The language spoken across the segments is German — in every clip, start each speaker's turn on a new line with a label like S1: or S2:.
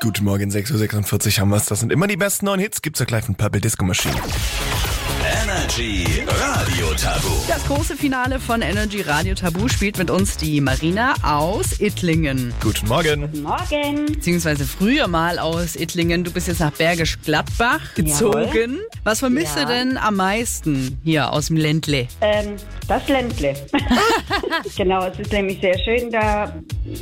S1: Guten Morgen, 6.46 Uhr haben wir es. Das sind immer die besten neuen Hits. Gibt's ja gleich von Purple Disco Machine.
S2: Energy Radio Tabu.
S3: Das große Finale von Energy Radio Tabu spielt mit uns die Marina aus Ittlingen.
S1: Guten Morgen.
S4: Morgen.
S3: Beziehungsweise früher mal aus Ittlingen. Du bist jetzt nach Bergisch Gladbach gezogen. Was vermisst
S4: Ja.
S3: du denn am meisten hier aus dem Ländle?
S4: Ähm, das Ländle. genau, es ist nämlich sehr schön da,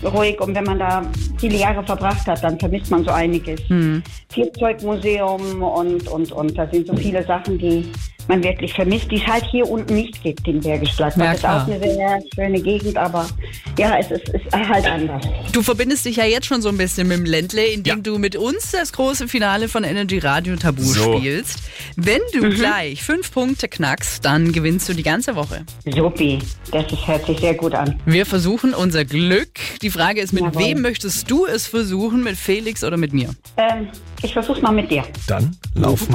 S4: ruhig. Und wenn man da viele Jahre verbracht hat, dann vermisst man so einiges.
S3: Hm.
S4: Vierzeugmuseum und, und, und. Da sind so viele Sachen, die man wirklich vermisst, die es halt hier unten nicht gibt in Bergisch Gladbach.
S3: Ja,
S4: Das ist
S3: klar.
S4: auch eine sehr schöne Gegend, aber ja, es ist, ist halt anders.
S3: Du verbindest dich ja jetzt schon so ein bisschen mit dem Ländle, indem
S1: Ja.
S3: du mit uns das große Finale von Energy Radio Tabu
S1: So.
S3: spielst. Wenn du
S4: Mhm.
S3: gleich fünf Punkte knackst, dann gewinnst du die ganze Woche.
S4: Supi, das ist, hört sich sehr gut an.
S3: Wir versuchen unser Glück. Die Frage ist, mit
S4: Jawohl.
S3: wem möchtest du es versuchen? Mit Felix oder mit mir?
S4: Ähm, ich versuch's mal mit dir.
S1: Dann laufen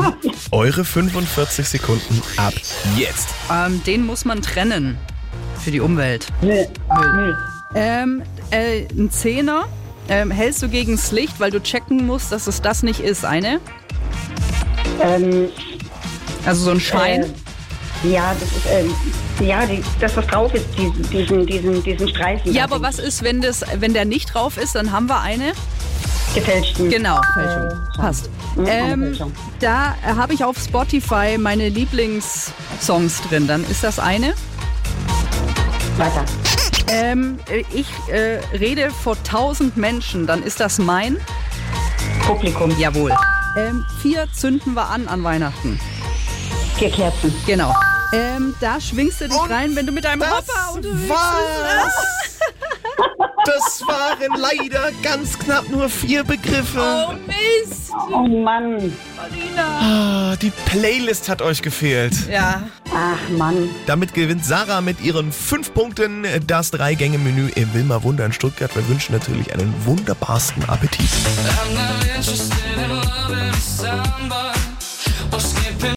S1: eure 45 Sekunden ab jetzt.
S3: Ähm, den muss man trennen für die Umwelt.
S4: Müll. Müll.
S3: Ähm, äh, ein Zehner ähm, hältst du gegens Licht, weil du checken musst, dass es das nicht ist, eine?
S4: Ähm,
S3: Also so ein Schein.
S4: Ja, das ist, ähm, ja, die, das, was drauf ist, diesen, diesen, diesen, diesen Streifen.
S3: ja,
S4: da,
S3: aber
S4: den
S3: was ist, wenn, das, wenn der nicht drauf ist, dann haben wir eine?
S4: Gefälschten.
S3: Genau, Fälschung. Passt.
S4: Mhm,
S3: Ähm,
S4: Fälschung.
S3: da äh, habe ich auf Spotify meine Lieblingssongs drin. Dann ist das eine.
S4: Weiter.
S3: Ähm, äh, ich äh, rede vor tausend Menschen. Dann ist das mein.
S4: Publikum.
S3: Jawohl. Ähm, vier zünden wir an an Weihnachten.
S4: Vier Kerzen.
S3: Genau. Ähm, da schwingst du dich rein, wenn du mit deinem
S1: Das
S3: Hopper unterwegs
S1: war's. Das waren leider ganz knapp nur vier Begriffe.
S3: Oh Mist,
S4: Oh Mann.
S3: Marina.
S1: Ah, Die Playlist hat euch gefehlt.
S3: Ja.
S4: Ach Mann.
S1: Damit gewinnt Sarah mit ihren fünf Punkten das Drei-Gänge-Menü im Wilma Wunder in Stuttgart. Wir wünschen natürlich einen wunderbarsten Appetit.
S5: I'm not interested in loving somebody or skipping.